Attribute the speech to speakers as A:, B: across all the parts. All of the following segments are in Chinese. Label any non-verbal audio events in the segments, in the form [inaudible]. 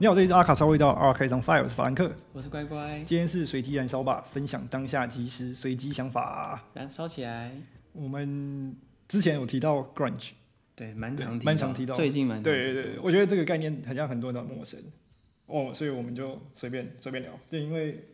A: 你好，这里是阿卡超味道 R K 上 Five，我是法兰克。
B: 我是乖乖，
A: 今天是随机燃烧吧，分享当下即时随机想法。
B: 燃烧起来。
A: 我们之前有提到 grunge，
B: 对，蛮
A: 对
B: 常提到，
A: 蛮常提到
B: 最近蛮常
A: 对对对，我觉得这个概念好像很多人都很陌生哦，所以我们就随便随便聊。对，因为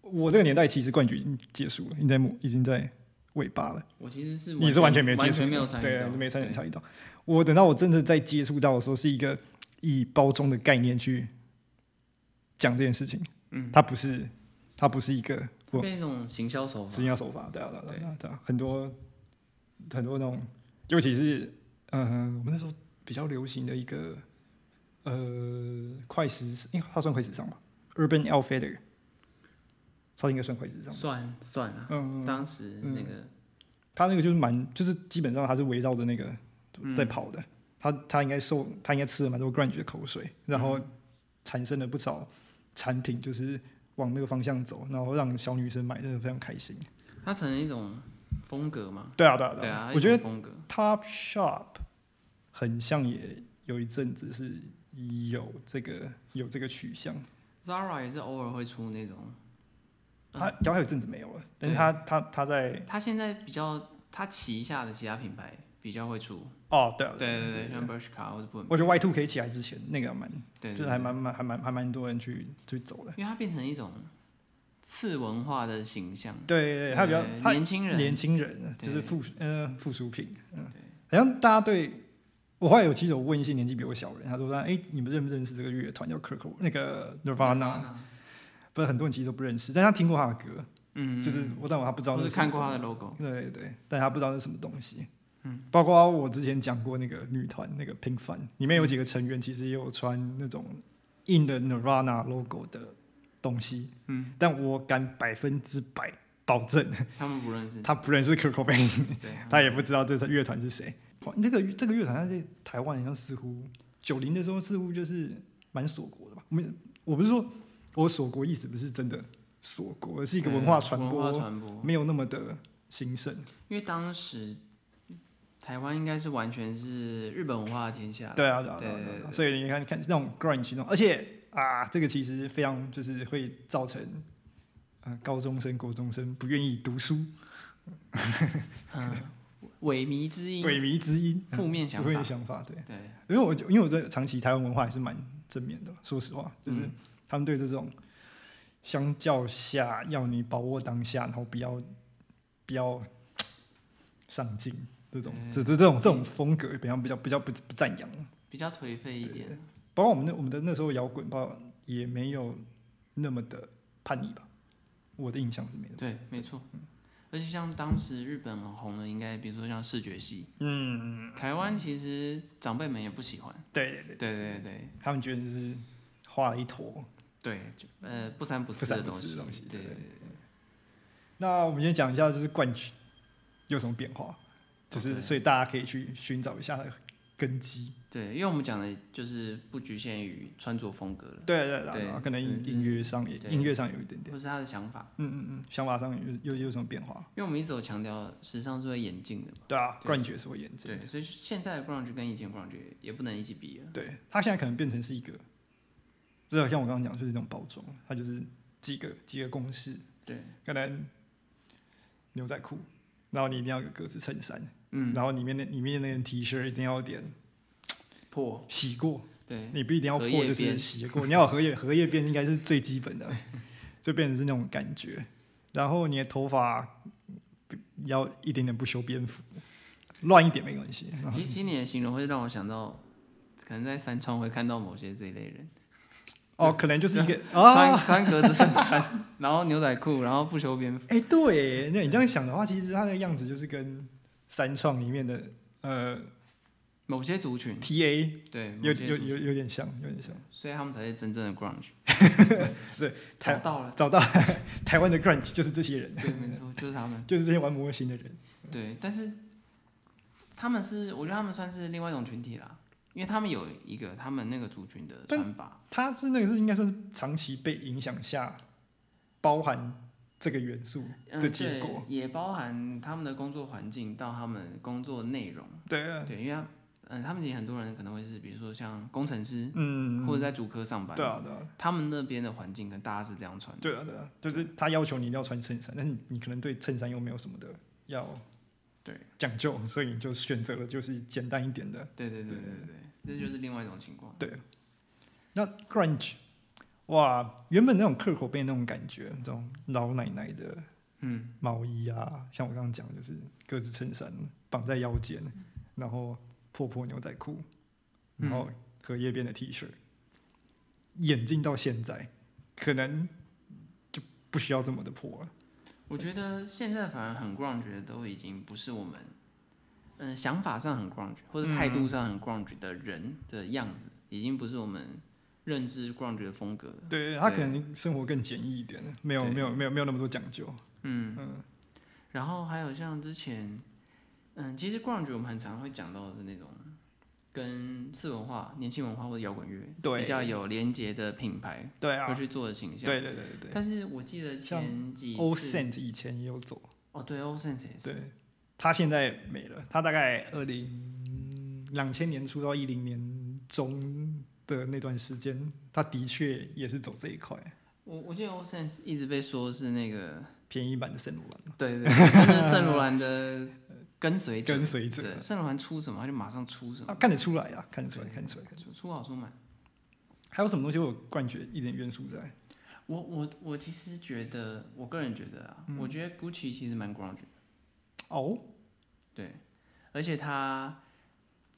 A: 我这个年代其实冠军已经结束了，已经在末已经在尾巴了。
B: 我其实是
A: 你是完全没有接触，
B: 完全没有参与
A: 对啊
B: 到，，
A: 没参与
B: 对
A: 参与到。我等到我真的在接触到的时候，是一个以包装的概念去讲这件事情。嗯，它不是，它不是一个
B: 它变成一种行销手法
A: 职。业手法，对啊，对啊，对啊，对啊，很多很多那种，尤其是嗯、呃，我们那时候比较流行的一个呃，快时，因为它算快时尚吧，Urban Outfitter，它应该算快时尚。
B: 算算啊，
A: 嗯
B: 当时那个
A: 他那个就是蛮，就是基本上他是围绕着那个在跑的，他他应该受他应该吃了蛮多 grunge 的口水，然后产生了不少产品，就是往那个方向走，然后让小女生买，真的非常开心。
B: 它成了一种风格嘛。
A: 对啊，对啊，
B: 对啊，
A: 我觉
B: 得
A: 得
B: 风格
A: Top Shop 很像也有一阵子是有这个有这个取向，
B: Zara 也是偶尔会出那种，
A: 他然后还有一阵子没有了，但是
B: 嗯对
A: 他他他在
B: 它现在比较它旗下的其他品牌比较会出。
A: 哦，对啊，
B: 对对对，像 Bershka 或者 b o o
A: 我觉得 Y Two K 起来之前那个蛮，
B: 对，
A: 就是还蛮蛮还蛮还蛮多人去去走的。
B: 因为它变成一种次文化的形象。
A: 对对，对，他比较他
B: 年轻人，
A: 年轻人，啊
B: 对
A: 就是附呃附属品，嗯，好像大家对我后来有其实我问一些年纪比我小的人，他说他哎你们认不认识这个乐团叫 Kirk 那个 Nirvana，不是很多人其实都不认识，但他听过他的歌，
B: 嗯，
A: 就是我但我他不知道
B: 我
A: 那
B: 是
A: 什么
B: 看过它的 logo，
A: 对对对，但他不知道那是什么东西。嗯，包括我之前讲过那个女团那个 Pink Fun，里面有几个成员其实也有穿那种印的 Nirvana logo 的东西。嗯，但我敢百分之百保证，
B: 他们不认识。
A: 他不认识 Kurt
B: [laughs]
A: Cobain，
B: 对，
A: [laughs] 他也不知道这个乐团是谁。哇，这个这个乐团它在台湾好像似乎九零的时候似乎就是蛮锁国的吧？我们我不是说我锁国意思不是真的锁国，而是一个文化传
B: 嗯文化
A: 播
B: 传播。
A: 没有那么的兴盛。
B: 因为当时台湾应该是完全是日本文化的天下，
A: 对啊，对啊，对
B: 对
A: 啊，
B: 对
A: 对
B: 对
A: 啊。所以你看看那种 grunge 那种，而且啊，这个其实非常就是会造成呃高中生、国中生不愿意读书，
B: 嗯萎靡之音，
A: 萎靡嗯之音，
B: 负面嗯想
A: 不会
B: 法。
A: 想法对。
B: 对，
A: 因为我因为我这长期台湾文化还是蛮正面的，说实话，
B: 嗯
A: 就是他们对这种相较下要你把握当下，然后不要不要上进这种
B: 嗯
A: 这这这种这种风格，比较比较比较不不赞扬。
B: 比较颓废一点。
A: 包括我们那我们的那时候摇滚，包括也没有那么的叛逆吧。我的印象是没有。
B: 对，没错。而且像当时日本很红的，应该比如说像视觉系，
A: 嗯，
B: 台湾其实长辈们也不喜欢。
A: 对对对，
B: 对对对
A: 他们觉得就是画了一坨。
B: 对，就呃不三不四
A: 不
B: 的
A: 三不四
B: 东
A: 的
B: 西
A: 东西，
B: 对
A: 对
B: 对
A: 对那我们先讲一下，就是冠曲有什么变化，就是
B: OK
A: 所以大家可以去寻找一下它的根基。
B: 对，因为我们讲的就是不局限于穿着风格了，
A: 对对对，嗯
B: 对
A: 然后可能音
B: 对对
A: 音乐上也
B: 对
A: 音乐上有一点点，
B: 或是他的想法。
A: 嗯嗯嗯，想法上有有有什么变化？
B: 因为我们一直有强调时尚是会演进的嘛，
A: 对啊，
B: 对
A: 冠曲是会演进。
B: 对，所以现在的 grunge 跟以前的 grunge 也不能一起比了。
A: 对，它现在可能变成是一个，就是像我刚刚讲，就是一种包装，它就是几个几个公式，
B: 对，
A: 可能牛仔裤，然后你一定要有格子衬衫，
B: 嗯，
A: 然后里面那里面那件 T 恤一定要有点
B: 破，
A: 洗过，
B: 对，
A: 你不一定要破，
B: 荷叶
A: 就是
B: 边
A: 洗过，你要有荷叶 [laughs] 荷叶边应该是最基本的，就变成是那种感觉。然后你的头发要一点点不修边幅，乱一点没关系。
B: 其实其实你的形容会让我想到，可能在山川会看到某些这一类人，
A: 哦，可能就是一
B: [laughs]
A: 个啊，
B: 穿穿格子衬衫， [laughs] 然后牛仔裤，然后不修边幅，
A: 哎、对，那你这样想的话，其实他的样子就是跟三创里面的呃
B: 某些族群，
A: T A
B: 对，
A: 有
B: 某些
A: 有
B: 族群，
A: 有有点像，有点像。
B: 所以他们才是真正的 grunge。
A: [laughs]
B: [laughs]
A: 对，
B: 找
A: 台
B: 到了，
A: 找到 [laughs] 台湾的 grunge 就是这些人，
B: 对，没错，就是他们，
A: 就是这些玩模型的人。
B: 对，但是他们是，我觉得他们算是另外一种群体啦，因为他们有一个他们那个族群的
A: 但
B: 穿法，
A: 他是那个是应该算是长期被影响下，包含这个元素
B: 嗯，
A: 的结
B: 对
A: 果。
B: 也包含他们的工作环境到他们工作内容，
A: 对啊，
B: 对，因为他嗯，他们也很多人可能会是，比如说像工程师
A: 嗯，
B: 或者在主科上班，
A: 对啊，对啊，
B: 他们那边的环境跟大家是这样穿的，
A: 对啊，对啊，就是他要求你一定要穿衬衫，但是你可能对衬衫又没有什么的要
B: 对
A: 讲究，所以你就选择了就是简单一点的。
B: 对对对对对，这就是另外一种情况。
A: 那 grunge，哇，原本那种克口贝那种感觉，这种老奶奶的
B: 嗯，
A: 毛衣啊，像我刚刚讲的就是格子衬衫绑在腰间，然后破破牛仔裤，然后荷叶边的 T 恤，演进到现在，可能就不需要这么的破了。
B: 我觉得现在反而很 grunge 的都已经不是我们，嗯、想法上很 grunge 或者态
A: 嗯
B: 度上很 grunge 的人的样子，已经不是我们认知 grunge 的风格了。
A: 对他
B: 对
A: 可能生活更简易一点，没有
B: 对
A: 没有没有没有那么多讲究。
B: 嗯
A: 嗯
B: 然后还有像之前，嗯，其实 grunge 我们很常会讲到的是那种跟次文化、年轻文化或者摇滚乐
A: 对
B: 比较有连结的品牌
A: 对
B: 会
A: 啊，
B: 去做的形象。
A: 对对对对
B: 但是我记得前
A: 对。
B: 几次
A: O Cent 以前也有走，
B: 哦，对 o s e n s 也是，
A: 对，他现在没了，他大概二零两千年初到一零年中的那段时间，他的确也是走这一块
B: 我我记得 o s e n s 一直被说是
A: [laughs]
B: 那个，
A: 便宜版的圣罗兰
B: 对对，就是圣罗兰的跟随者，
A: 跟随者，
B: 对，圣罗兰出什么他就马上出什么，
A: 啊，看得出来啊，看得出来，看得出来。
B: 出出好出满。
A: 还有什么东西我有冠觉一点元素在？
B: 我我我其实觉得，我个人觉得啊，
A: 嗯
B: 我觉得 Gucci 其实蛮 grunge 的
A: 哦，
B: 对，而且他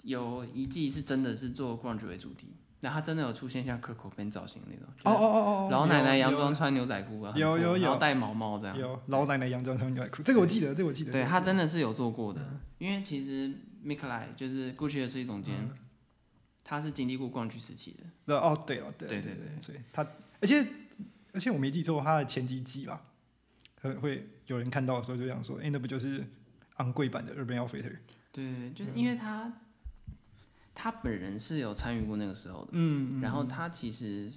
B: 有一季是真的是做 grunge 为主题，那他真的有出现像 Kurt Cobain 造型那种，
A: 哦
B: 就是
A: 哦哦哦，
B: 老奶奶
A: 有
B: 洋装穿牛仔裤啊，很
A: 有
B: 酷
A: 有
B: 然后
A: 有
B: 戴毛毛这样，
A: 有老奶奶洋装穿牛仔裤，这个我记得，这个我记得。
B: 啊对
A: 这个
B: 他
A: 我记
B: 真的是有做过
A: 嗯
B: 的，因为其实 m i k l a i 就是 Gucci 的设计总监，
A: 嗯
B: 他是经历过 grunge 时期的，
A: 得哦，对了，对
B: 对
A: 对
B: 对
A: 对，所以他，而且而且我没记错，他的前几季吧，可能会有人看到的时候就想说，哎，那不就是昂贵版的 Urban Outfitter？
B: 对，就是
A: 嗯
B: 因为他、他本人是有参与过那个时候的。
A: 嗯
B: 然后他其实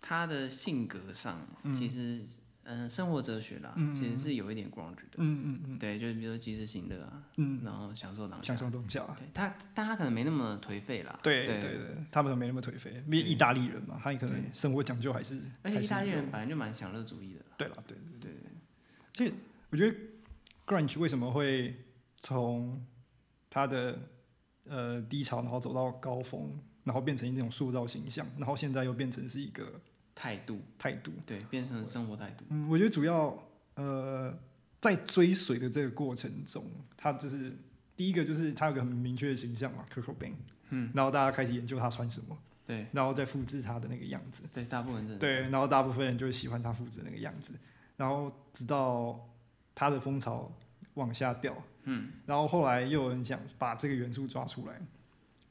B: 他的性格上，其实嗯、呃生活哲学啦，其实是有一点 grunge 的，
A: 嗯嗯
B: 对，就是比如说及时行乐啊，
A: 嗯
B: 然后享受当
A: 嗯，
B: 下
A: 享，受当下。
B: 对他，但他可能没那么颓废啦，
A: 对
B: 对
A: 对对，他们都没那么颓废，因为意大利人嘛，他可能
B: 对
A: 生活讲究还是，
B: 而且
A: 还
B: 意
A: 是
B: 大利
A: 有
B: 人本来就蛮享乐主义的啦，
A: 对了，对
B: 对
A: 对。所以我觉得 grunge 为什么会从它的呃低潮，然后走到高峰，然后变成一种塑造形象，然后现在又变成是一个
B: 态度，
A: 态度。
B: 对，变成生活态度，
A: 嗯，我觉得主要呃，在追随的这个过程中，他就是第一个就是他有个很明确的形象嘛 c o c o b a n 嗯，然后大家开始研究他穿什么，
B: 对
A: 然后再复制他的那个样子，
B: 对，大部分人，
A: 对，然后大部分人就会喜欢他复制那个样子，然后直到他的风潮往下掉，嗯，然后后来又有人想把这个元素抓出来，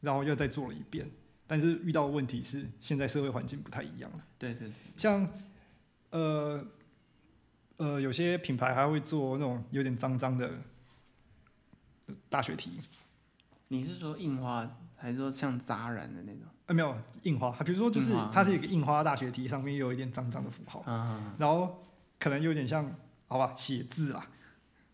A: 然后又再做了一遍，但是遇到的问题是现在社会环境不太一样。
B: 对对对，
A: 像呃呃，有些品牌还会做那种有点脏脏的大学题，
B: 你是说印花，还是说像扎染的那种？
A: 呃，没有印花，比如说就是
B: 印花嗯
A: 它是一个印花大学题，上面有一点脏脏的符号，
B: 啊，
A: 然后可能有点像好吧写字啊。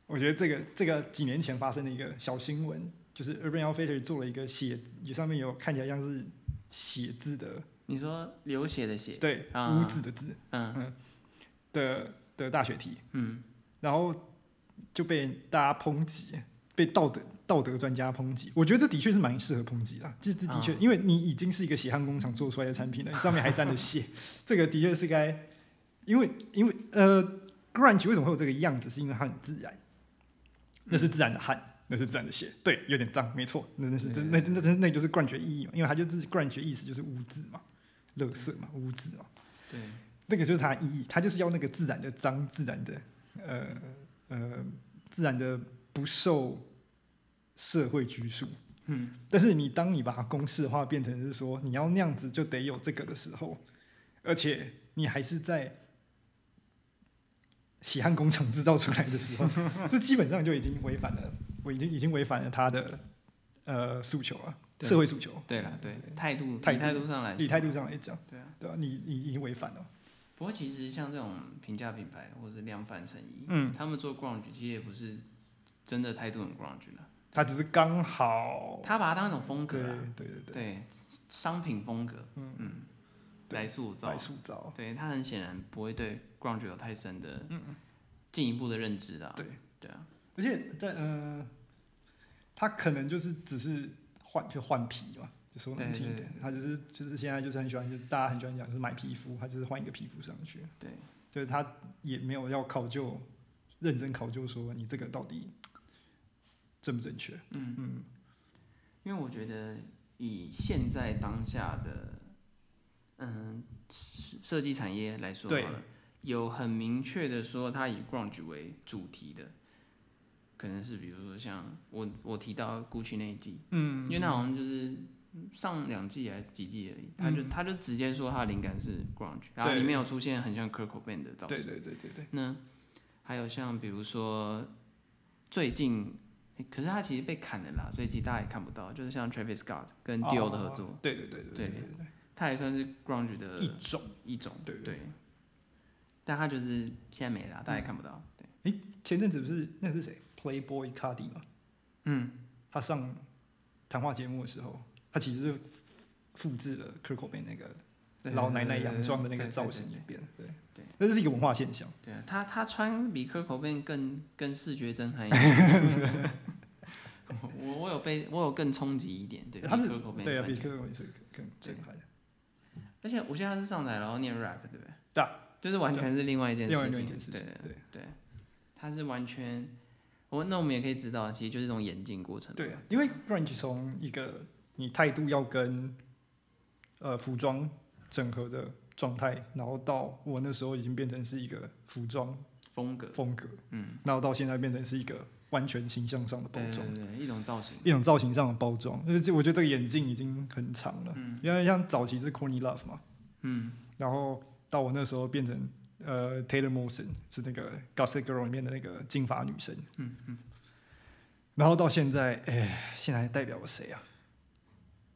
A: 我觉得这个这个几年前发生的一个小新闻，就是 Urban Outfitter 做了一个写，上面有看起来像是写字的，
B: 你说流血的血，
A: 对，
B: 啊
A: 污渍的字，
B: 嗯，
A: 的的大学题，嗯，然后就被大家抨击，被道德道德专家抨击。我觉得这的确是蛮适合抨击啦，这这的
B: 啊
A: 确，因为你已经是一个血汗工厂做出来的产品了，你上面还沾着
B: [laughs]
A: 血，这个的确是该，因为因为呃，grunge 为什么会有这个样子，是因为它很自然，那是自然的汗。那是自然的血，对，有点脏，没错，那那是真，那那那那就是灌学意义嘛，因为它就是 grunge 的意思就是污渍嘛，垃圾嘛，污渍嘛，
B: 对，
A: 那个就是它的意义，它就是要那个自然的脏，自然的呃呃，自然的不受社会拘束。嗯，但是你当你把它公式化变成是说你要那样子就得有这个的时候，而且你还是在血汗工厂制造出来的时
B: [laughs]
A: 候，这基本上就已经违反了，我已经已经违反了他的呃诉求了，
B: 对
A: 社会诉求。
B: 对了，对，态度，以
A: 态
B: 态
A: 度
B: 度上来说，
A: 以态度上来讲，
B: 对啊。
A: 对啊，你你已经违反了。
B: 不过其实像这种平价品牌或者是量贩成衣，
A: 嗯，
B: 他们做 grunge 其实也不是真的态度很 grunge 啦，
A: 他只是刚好，
B: 他把它当一种风格
A: 对
B: 啦，
A: 对对对，
B: 对，商品风格，嗯来塑造
A: 来，塑造，嗯
B: 对他很显然不会对 grunge 有太深的进一步的认知的啊，
A: 对
B: 对啊，
A: 而且在呃，他可能就是只是换就换皮嘛，就说难听一
B: 对
A: 点，他就是就是现在就是很喜欢，就大家很喜欢讲就是买皮肤，他只是换一个皮肤上去，
B: 对，
A: 就是他也没有要考究，认真考究说你这个到底正不正确，
B: 因为我觉得以现在当下的嗯设设计产业来说
A: 对
B: 好了，有很明确的说它以 grunge 为主题的，可能是比如说像我我提到 Gucci 那一季，嗯，因为那好像就是上两季还是几季而已，他就、他就直接说他的灵感是 grunge，然后
A: 嗯对
B: 里面有出现很像 Kurt Cobain 的造型
A: 对，对对对对，
B: 那还有像比如说最近，诶可是他其实被砍了啦，所以其实大家也看不到。就是像 Travis Scott 跟 Dio 的合作，
A: 哦，对对对对对对对
B: 他也算是 grunge
A: 对，
B: 的
A: 一种。
B: 一种，
A: 对对
B: 但他就是现在没了啊，大家也看不到。对，
A: 前阵子不是那是谁，Playboy Cardi 嘛？嗯，他上谈话节目的时候，他其实是复制了 k i r k o b a n 那个
B: 对
A: 老奶奶洋装的那个造。
B: 对
A: 型
B: 对对对对对
A: 演变，对
B: 对，
A: 那这是一个文化现象。
B: 对啊，他他穿比 Kurt Cobain 更更视觉
A: [laughs]
B: 震撼一点。我我有被我有更冲击一点，对，
A: 他是
B: 比 Kurt Cobain
A: 对啊，
B: 穿
A: 比 k i r k o b a n 是更震撼的。
B: 而且我记得他是上台然后念 rap，对不对？
A: 对
B: 就是完全是另外一件事
A: 另
B: 情。
A: 外一件事
B: 对
A: 情，对
B: 对，他是完全，我那我们也可以知道，其实就是这种演进过程。
A: 对啊，因为 grunge 从一个你态度要跟呃服装整合的状态，然后到我那时候已经变成是一个服装
B: 风格，
A: 风格，嗯，然后到现在变成是一个完全形象上的包
B: 对
A: 装。
B: 对对，一种造型。
A: 一种造型上的包装，就是这我觉得这个眼镜已经很长了，
B: 嗯
A: 因为像早期是 Corny Love 嘛，嗯，然后到我那时候变成呃 Taylor Morrison 是那个 Gossip Girl 里面的那个金发女神，嗯嗯，然后到现在，哎，现在代表了谁啊？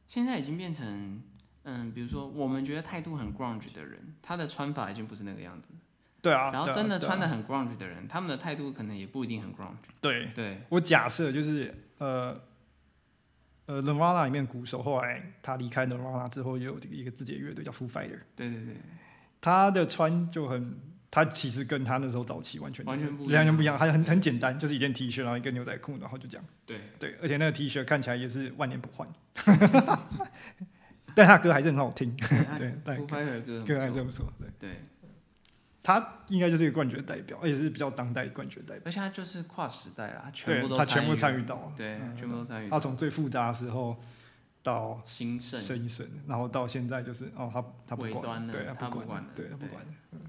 B: 现在已经变成，嗯，比如说我们觉得态度很 grunge 的人，他的穿法已经不是那个样子。
A: 对啊，
B: 然后
A: 对啊
B: 真的
A: 对啊
B: 穿的很 grunge 的人，他们的态度可能也不一定很 grunge。
A: 对，
B: 对，
A: 我假设就是呃呃 Nirvana 里面鼓手后来他离开 Nirvana 之后，也有一个自己的乐队叫 Foo Fighter，
B: 对对对，
A: 他的穿就很，他其实跟他那时候早期完全
B: 完全不一样
A: 完全不一样，他很很简单，就是一件 T 恤，然后一个牛仔裤，然后就这样。
B: 对，
A: 对，而且那个 T 恤看起来也是万年不换， [laughs] 但他歌还是很好听，对
B: 对
A: 但
B: f i 的歌很
A: 歌还是
B: 不错。
A: 很不错。对，
B: 对，
A: 他应该就是一个冠军代表，而且是比较当代冠军代表，
B: 而且他就是跨时代啊，他全部
A: 对
B: 都
A: 他全部
B: 参
A: 参与到，
B: 对，
A: 嗯
B: 全部都参与
A: 他。从最复杂的时候到
B: 兴盛，
A: 升一升，然后到现在就是哦，他他不
B: 尾端
A: 管，
B: 了
A: 对，
B: 他
A: 不
B: 不管
A: 了
B: 了，
A: 对，他不
B: 对
A: 管了，嗯，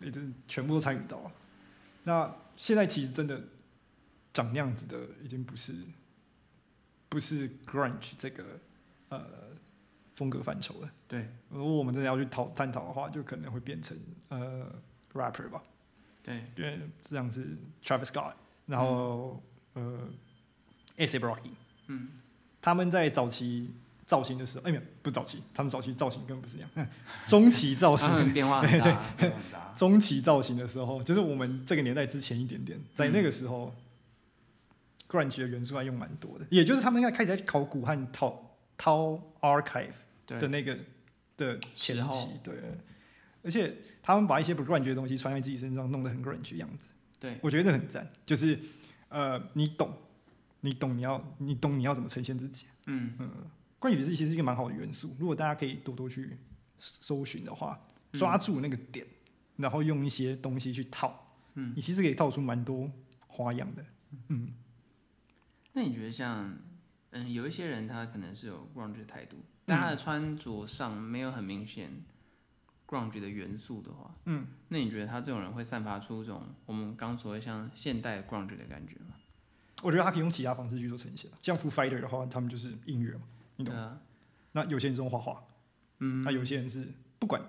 A: 你这全部都参与到了。那现在其实真的长那样子的，已经不是不是 grunge 这个呃风格范畴了。
B: 对
A: 如果我们真的要去讨探讨的话，就可能会变成呃 rapper 吧，
B: 对
A: 因为这样是 Travis Scott，然后、呃 A$AP Rocky，
B: 嗯，
A: 他们在早期造型的时候，哎、没有，不是早期，他们早期造型根本不是这样， [laughs] 中期造
B: [laughs] 他们
A: 型，
B: 变化很大，变化很大。
A: 中期造型的时候，就是我们这个年代之前一点点，在那个时候、g r u n g e 的元素还用蛮多的，也就是他们应该开始在考古和掏掏 archive
B: 对
A: 的那个的前期
B: 时候，
A: 对，而且他们把一些不 grunge 的东西穿在自己身上，弄得很 grunge 的样子。
B: 对
A: 我觉得很赞，就是呃，你懂，你懂你要，你懂你要怎么呈现自己。
B: 嗯
A: 关于是其实是一个蛮好的元素，如果大家可以多多去搜寻的话，
B: 嗯
A: 抓住那个点，然后用一些东西去套，嗯，你其实可以套出蛮多花样的。，
B: 那你觉得像嗯，有一些人他可能是有 grunge 的态度，但他的穿着上没有很明显 grunge 的元素的话，嗯，那你觉得他这种人会散发出这种我们刚所谓像现代 grunge 的感觉吗？
A: 我觉得他可以用其他方式去做呈现，像 Foo Fighter 的话，他们就是音乐嘛，你懂
B: 对啊，
A: 那有些人是用画画，嗯，那有些人是不管，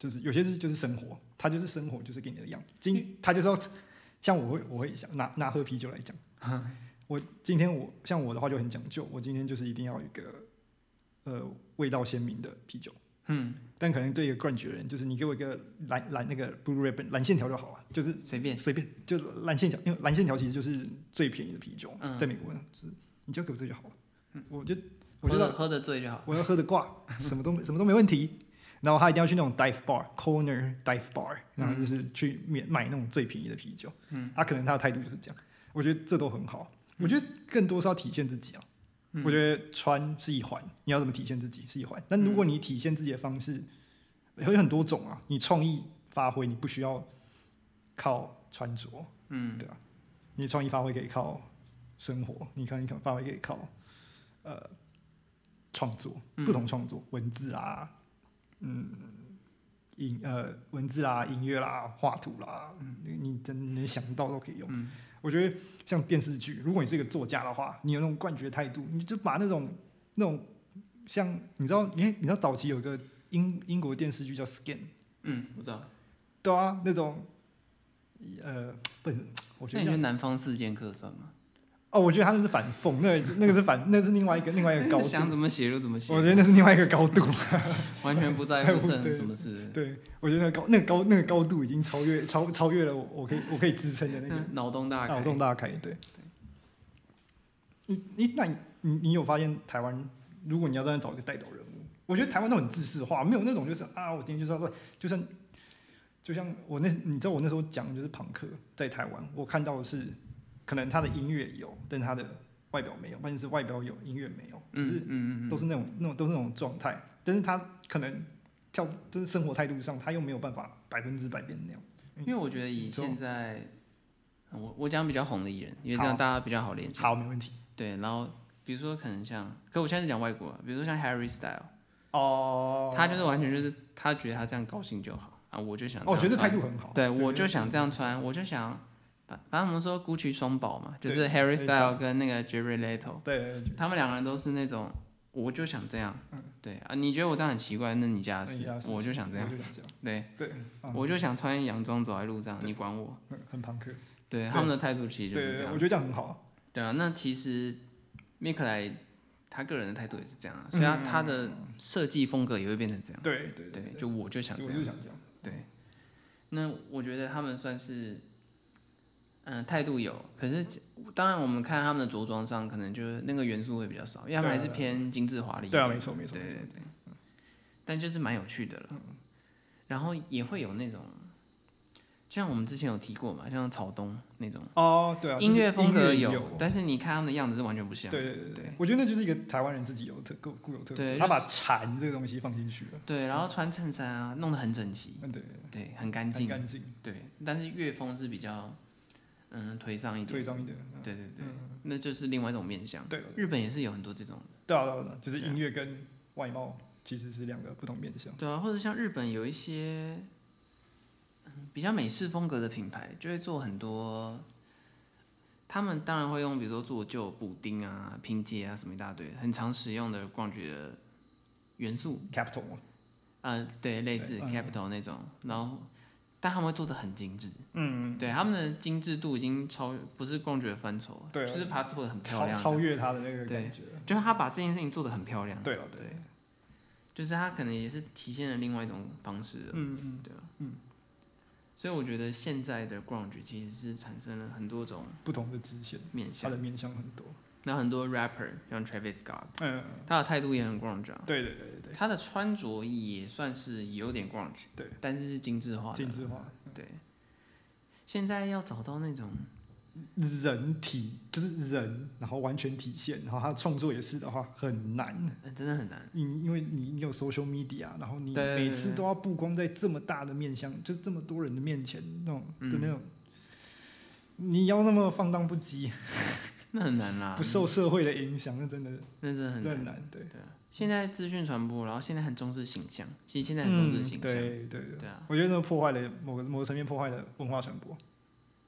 A: 就是有些是就是生活，他就是生活就是给你的样，今他就是要像我会我会想拿拿喝啤酒来 [laughs] 讲，我今天我像我的话就很讲究，我今天就是一定要有一个呃味道鲜明的啤酒，嗯，但可能对一个 grunge 的人，就是你给我一个蓝蓝那个 blue ribbon 蓝线条就好了，就是
B: 随便，
A: 随便就蓝线条，因为蓝线条其实就是最便宜的啤酒，
B: 嗯
A: 在美国就是你只要给我这就好了，我就我
B: 喝
A: 觉
B: 得
A: 得
B: 喝得醉就好。
A: 我要喝的 [laughs] 挂，什么都什么都没问题。然后他一定要去那种 dive bar corner dive bar，然后就是去免买那种最便宜的啤酒。嗯，他可能他的态度就是这样，我觉得这都很好。我觉得更多是要体现自己啊。我觉得穿是一环，你要怎么体现自己是一环。但如果你体现自己的方式有很多种啊，你创意发挥，你不需要靠穿着，嗯，对吧、你创意发挥可以靠生活，你看你可能发挥可以靠呃创作，不同创作，文字啊，嗯，音呃文字啦、音乐啦、画图啦，你你真能想到都可以用。我觉得像电视剧，如果你是一个作家的话，你有那种冠绝态度，你就把那种那种像你知道，你你知道早期有个英英国电视剧叫《Skin》，
B: 嗯，我知道。
A: 对啊，那种呃，不是，我觉得这
B: 那你觉得
A: 样
B: 南方四剑客算吗？
A: 哦，我觉得他那是反讽，那那个是反，那是另外一个另外一个高度。
B: [laughs] 想怎么写就怎么写，
A: 我觉得那是另外一个高度，
B: 完全
A: [laughs]
B: 不在乎任何什么事，
A: 对我觉得那个高那个高那个高度已经超越超超越了我我可以我可以支撑的那个
B: 脑洞嗯
A: 脑
B: 大开。
A: 洞大开，对。你你那你你你有发现台湾，如果你要在那找一个代表人物，我觉得台湾都很自视化，没有那种就是啊，我今天就是要就像就像我那你知道我那时候讲就是朋克在台湾，我看到的是可能他的音乐有，但他的外表没有，关键是外表有，音乐没有，只是
B: 嗯嗯嗯
A: 都是那种那种都是那种状态，但是他可能跳就是生活态度上，他又没有办法百分之百变那样。
B: 嗯，因为我觉得以
A: 你说
B: 现在，嗯我我讲比较红的艺人，因为这样
A: 好
B: 大家比较好联想。
A: 好，没问题。
B: 对，然后比如说可能像，可我现在是讲外国啊，比如说像 Harry Style，
A: 哦，
B: 他就是完全就是他觉得他这样高兴就好啊，我就想这
A: 哦，我
B: 样穿。
A: 觉得态度很好。
B: 对，我就想这样穿，我就想，反反正我们说 Gucci 双宝嘛，就是 Harry
A: ，Harry
B: Style 跟那个 Jerry Leto，
A: 对。对，对
B: 他们两个人都是那种，我就想这样，对啊，你觉得我这样很奇怪，那你家的
A: 嗯那你
B: 事
A: 家的，事
B: 啊我就想这
A: 对
B: 样
A: 我，就想这样。
B: 对，
A: 对，嗯
B: 我就想穿洋装走在路上，你管我？
A: 嗯很朋克。
B: 对，
A: 对
B: 他们的态度
A: 对
B: 其实就是
A: 对，
B: 这
A: 对我
B: 样，
A: 觉得这样很好。
B: 对啊，那其实米克莱他个人的态度也是这样啊，所以他他的设计风格也会变成这样，
A: 对嗯对
B: 对，就我就想
A: 我
B: 这
A: 就
B: 样，
A: 想这样。
B: 对，那我觉得他们算是。嗯，态度有，可是当然我们看他们的着装上，可能就是那个元素会比较少，因为他们还是
A: 对啊
B: 偏精致华丽一
A: 对啊，
B: 点。
A: 没错没错
B: 对
A: 没错嗯
B: 对。对，但就是蛮有趣的了。然后也会有那种，就像我们之前有提过嘛，像草东那种
A: 哦，对啊，就是
B: 音乐风格
A: 音
B: 有，
A: 有。
B: 但是你看他们的样子是完全不像。
A: 对对对
B: 对
A: 对，我觉得那就是一个台湾人自己有特固固有特
B: 对
A: 色，他把禅这个东西放进去了，
B: 对，然后穿衬衫啊，弄得很整齐，
A: 嗯，对，
B: 对，很干
A: 很
B: 净。
A: 干净，
B: 对，但是乐风是比较，嗯，颓丧一
A: 退
B: 点。
A: 装一点，嗯
B: 对对对，那就是另外一种面相。
A: 对，
B: 日本也是有很多这种的。
A: 对啊对啊对啊，就是音乐跟外貌其实是两个不同面向。
B: 对啊，或者像日本有一些嗯比较美式风格的品牌，就会做很多，他们当然会用，比如说做旧补丁啊、拼接啊什么一大堆，很常使用的逛觉的元素，
A: Capital 嘛
B: 呃，对，类似
A: 对嗯
B: Capital 那种，然后但他们会做的很精致，
A: 嗯，
B: 对，他们的精致度已经超越不是逛觉的范畴，
A: 对啊
B: 就是把它做的很漂
A: 超
B: 亮，
A: 超越他的那个
B: 对
A: 感觉。
B: 就是他把这件事情做的很漂亮，
A: 对了，对
B: 对，就是他可能也是体现了另外一种方式的，
A: 嗯嗯，
B: 对啊，嗯，所以我觉得现在的 grunge 其实是产生了很多种
A: 不同的支线，
B: 面
A: 他
B: 向
A: 的，面向很多。
B: 那很多 rapper 像 Travis Scott，
A: 嗯，
B: 他的态度也很 grunge，、啊、
A: 对对对对对，
B: 他的穿着也算是有点 grunge，
A: 对，
B: 但是是精致化的，
A: 精致化。
B: 对。现在要找到那种，
A: 人体就是人，然后完全体现，然后他创作也是的话很难。
B: 呃真的很难，
A: 你因为你你有 social media，然后你
B: 对对对
A: 每次都要曝光在这么大的面向，就这么多人的面前那种
B: 嗯
A: 的那种，你要那么放荡不羁，
B: 那很难啦，
A: 不受社会的影响，那真的
B: 那真的很
A: 真的很。
B: 难
A: 难。对，
B: 对啊，现在资讯传播，然后现在很重视形象，其实现在很重视
A: 嗯
B: 形象，
A: 对对对，
B: 对啊，
A: 我觉得那破坏了某个某个层面破坏了文化传播。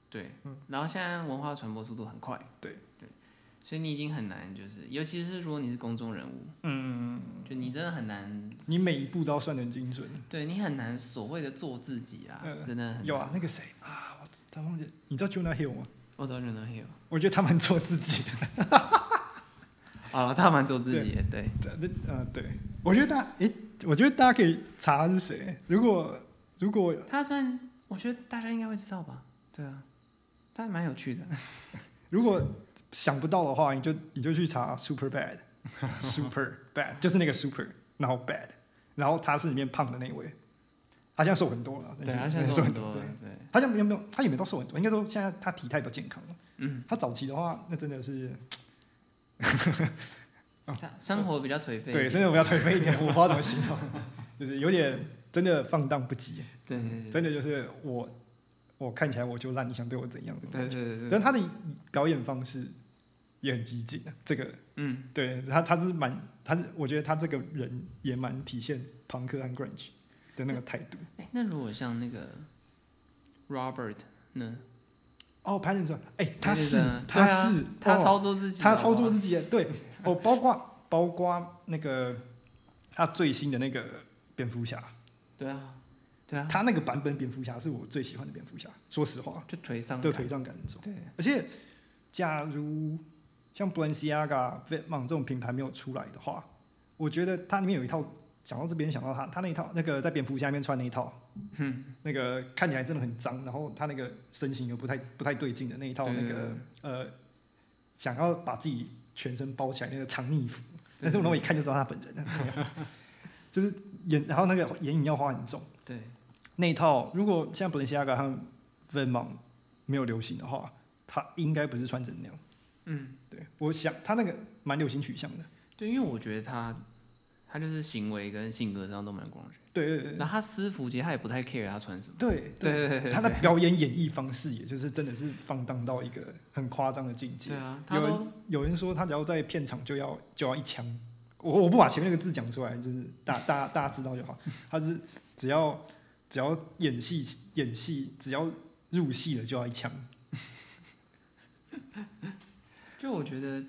B: 对，然后现在文化传播速度很快，
A: 嗯对
B: 对，所以你已经很难就是，尤其是如果你是公众人物，
A: 嗯，
B: 就你真的很难，
A: 你每一步都要算得很精准。
B: 对你很难所谓的做自己啦，
A: 嗯
B: 真的很
A: 有啊，那个谁啊，我他忘记，你知道 Jonah Hill 吗？
B: 我早就能 heal，
A: 我觉得他蛮做自己的。
B: 好了，他蛮做自己的，对，
A: 对，那呃，对，我觉得大家，诶，我觉得大家可以查是谁。如果如果
B: 他算，我觉得大家应该会知道吧？对啊，他蛮有趣的。
A: 如果想不到的话，你就你就去查 Super
B: [laughs]
A: Bad，Super Bad 就是那个 Super，然后 Bad，然后他是里面胖的那一位，他现在瘦很多了，
B: 对，
A: 但是
B: 他现在
A: 瘦
B: 做
A: 很
B: 很多
A: 对，
B: 对，
A: 他现在没有没有，他也没到瘦很多，应该说现在他体态比较健康了。嗯，他早期的话，那真的是
B: 他生活比较颓
A: 哦
B: 废。
A: 对，真的我要颓废一点，我不知道怎么形容，就是有点真的放荡不羁，
B: 对对
A: 真的就是我我看起来我就烂，你想对我怎样？
B: 对对对对，
A: 但他的表演方式也很激进的，啊这个
B: 嗯，
A: 对他他是蛮他是我觉得他这个人也蛮体现朋克和 grunge 的那个态度。
B: 哎，那如果像那个 Robert 呢？
A: 哦，潘仁说，哎，他是
B: 那个
A: 他
B: 对啊
A: 是
B: 他
A: 哦
B: 操作自己的，
A: 他操
B: 好
A: 作
B: 不好
A: 自己的，对，哦，包括包括那个他最新的那个蝙蝠侠，
B: 对啊对啊，
A: 他那个版本蝙蝠侠是我最喜欢的蝙蝠侠，说实话，
B: 就颓丧
A: 对
B: 感。
A: 腿上感很重。
B: 对，
A: 而且，假如像 Balenciaga、v i t m a n 这种品牌没有出来的话，我觉得它里面有一套，想到这边想到它，它那一套那个在蝙蝠侠那边穿那一套，
B: 嗯
A: 那个看起来真的很脏，然后他那个身形又不太不太对劲的那一套，
B: 对
A: 那个呃，想要把自己全身包起来那个长逆服，但是
B: 对
A: 我那么一看就知道他本人了，就是眼，然后那个眼影要画很重。
B: 对
A: 那一套，如果像 Balenciaga 和 v e n m o n 没有流行的话，他应该不是穿成那样。嗯，对，我想他那个蛮流行取向的。
B: 对，因为我觉得他他就是行为跟性格上都蛮光鲜，
A: 对对对
B: 然后他私服其实他也不太 care 他穿什么。
A: 对
B: 对对对对
A: 他的表演演绎方式，也就是真的是放荡到一个很夸张的境界
B: 对。啊，他
A: 有
B: 都
A: 人有人说他只要在片场就要就要一枪，我我不把前面那个字讲出来，就是大大大家知道就 [laughs] 好。他是只要只要演戏演戏，只要入戏了就要一枪。
B: 就我觉得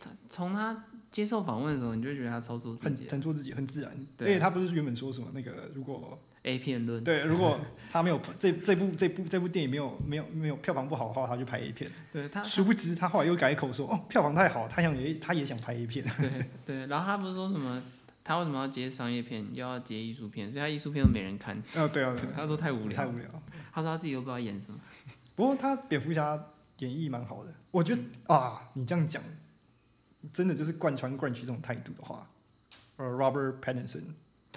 B: 他从他接受访问的时候，你就会觉得他操作自
A: 很
B: 己
A: 很做自己，很自然。
B: 对啊
A: 而且他不是原本说什么那个，如果
B: A 片论。
A: 对，如果他没有这这部这部这部电影没有没有没有票房不好的话，他就拍 A 片。
B: 对
A: [laughs]
B: 他
A: 殊不知他后来又改口说，哦，票房太好，他想也他也想拍 A 片。
B: 对对，然后他不是说什么？他为什么要接商业片，又要接艺术片？所以他艺术片都没人看。
A: 呃，对啊， [laughs] 对啊
B: 他说太无
A: 太
B: 聊
A: 无，聊。
B: 他说他自己都不知道演什么。
A: 不过他蝙蝠侠演绎蛮好的，我觉得、啊，你这样讲，真的就是贯穿贯去这种态度的话，呃，Robert Pattinson
B: 对，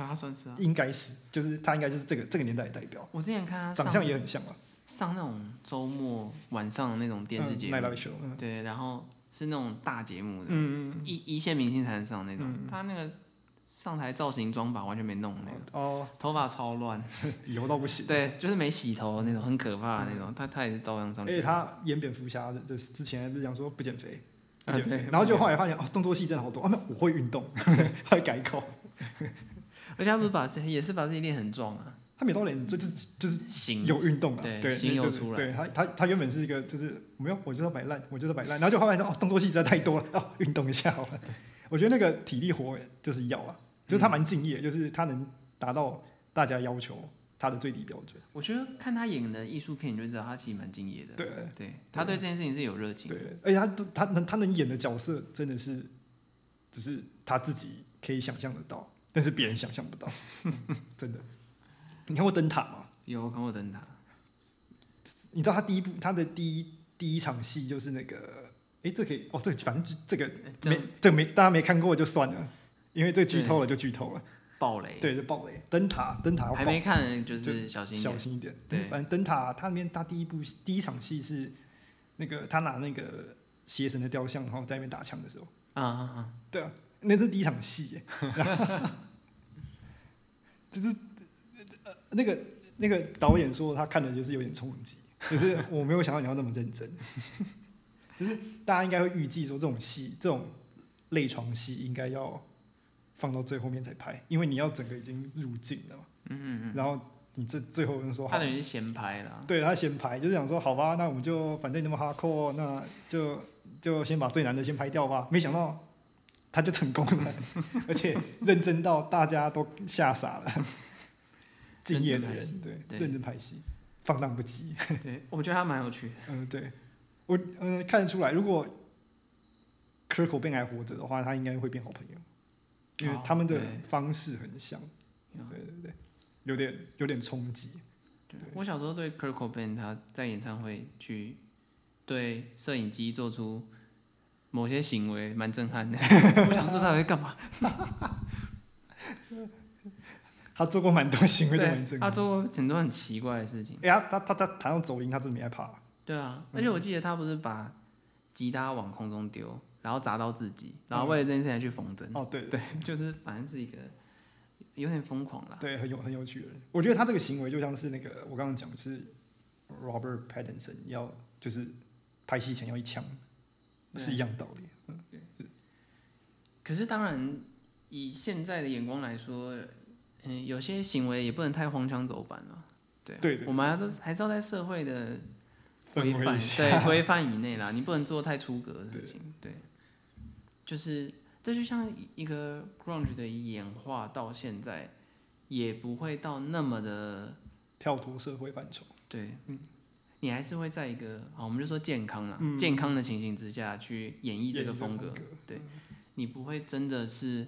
B: 他算是啊。
A: 应该是，就是他应该就是这个这个年代的代表，
B: 我之前看他
A: 长
B: 上
A: 相也很像啊，
B: 上那种周末晚上的那种电视节
A: 奈
B: 目，
A: 拉秀，嗯
B: 对，然后是那种大节目的，
A: 嗯嗯
B: 一一线明星才能上那种。他那个上台造型妆法完全没弄那个，
A: 嗯，哦，
B: 头发超乱，
A: 油到不行。
B: 对，就是没洗头那种，很可怕的那种。他他也是照样上
A: 而
B: 去
A: 且。哎他演蝙蝠侠的之前不是讲说不减肥，不
B: 啊
A: 减肥，
B: 对
A: 然后就
B: 不减
A: 后来发现哦，动作戏真的好多啊，那我会运动， [laughs] 他会改口，
B: 而且他不是把自己也是把自己练很壮啊，
A: 他没有到脸就就就是
B: 型
A: 有运动了，啊
B: 对
A: 对，
B: 心
A: 就
B: 有
A: 是
B: 出来
A: 对他他他原本是一个就是没有，我就是要摆烂，我就是要摆烂，然后就后来说哦，动作戏实在太多了， [laughs] 哦，运动一下好了。我觉得那个体力活就是要
B: 嗯
A: 啊，就是他蛮敬业，就是他能达到大家要求他的最低标准，
B: 我觉得看他演的艺术片，你就知道他其实蛮敬业的。
A: 对
B: 他对这件事情是有热情的。
A: 对，而且他都他能他能演的角色真的是，只是他自己可以想象得到，但是别人想象不到， [laughs] 真的。你看过灯塔吗？
B: 有我看过灯塔，
A: 你知道他第一部他的第一第一场戏就是那个，哎，这可以哦，这个反正就这个
B: 哎这
A: 没
B: 样
A: 这个没大家没看过就算了，因为这剧透了就剧透了，
B: 暴雷，
A: 对，就爆雷。灯塔灯塔要
B: 还
A: 爆
B: 没看的就是小心一
A: 小
B: 点。
A: 心一点。
B: 对
A: 反正灯塔它里面他第一部第一场戏是那个他拿那个邪神的雕像，然后在那边打枪的时候。
B: 啊啊啊！
A: 对啊，那是第一场戏 [laughs] 耶，就是呃那个那个导演说他看的就是有点冲击，可是我没有想到你要那么认真， [laughs] 就是大家应该会预计说这种戏这种类床戏应该要放到最后面才拍，因为你要整个已经入境了嘛，嗯嗯嗯，然后你这最后就说
B: 他
A: 好
B: 等。于是闲拍
A: [laughs]
B: 了啊。
A: 对他先排，就是想说，好吧，那我们就反正你那么哈扣，那就就先把最难的先排掉吧。没想到他就成功了， [laughs] 而且认真到大家都吓傻了。敬业的
B: 认
A: 人，对，
B: 对
A: 认真拍戏，放荡不羁。
B: 对，我觉得他蛮有趣的。
A: 嗯、对我嗯、呃看得出来，如果 Kirko 变还活着的话，他应该会变好朋友。因为
B: 哦
A: 他们的
B: 对
A: 方式很像，
B: 嗯
A: 对对对，有点有点冲击，
B: 对我小时候对 Kurt Cobain 他在演唱会去对摄影机做出某些行为，蛮震撼的。
A: [laughs]
B: 我想说他在干嘛？
A: 他做过蛮多行为都蛮
B: 对，
A: 正
B: 他
A: 的。
B: 做过很多很奇怪的事情。
A: 哎呀，他他他弹到走音，他真的没害怕、
B: 对啊，
A: 嗯
B: 而且我记得他不是把吉他往空中丢，然后砸到自己，然后为了这件事情还去缝针。
A: 哦，对
B: 对， [laughs] 就是反正是一个有点疯狂啦。
A: 对，很有很有趣的人。我觉得他这个行为就像是那个我刚刚讲，就是 Robert Pattinson 要就是拍戏前要一枪，
B: 对
A: 是一样道理。
B: 可是当然，以现在的眼光来说，嗯，有些行为也不能太荒腔走板了。对啊，
A: 对对
B: 我们还是还是要在社会的规
A: 氛围
B: 范
A: 一
B: 对
A: 下，
B: 规范以内啦，你不能做太出格的事情。对，就是这就像一个 grunge 的演化到现在，也不会到那么的
A: [laughs] 跳脱社会范畴。
B: 对，嗯你还是会在一个好，我们就说健康啦，健康的情形之下去嗯演绎这个风格，你不会真的是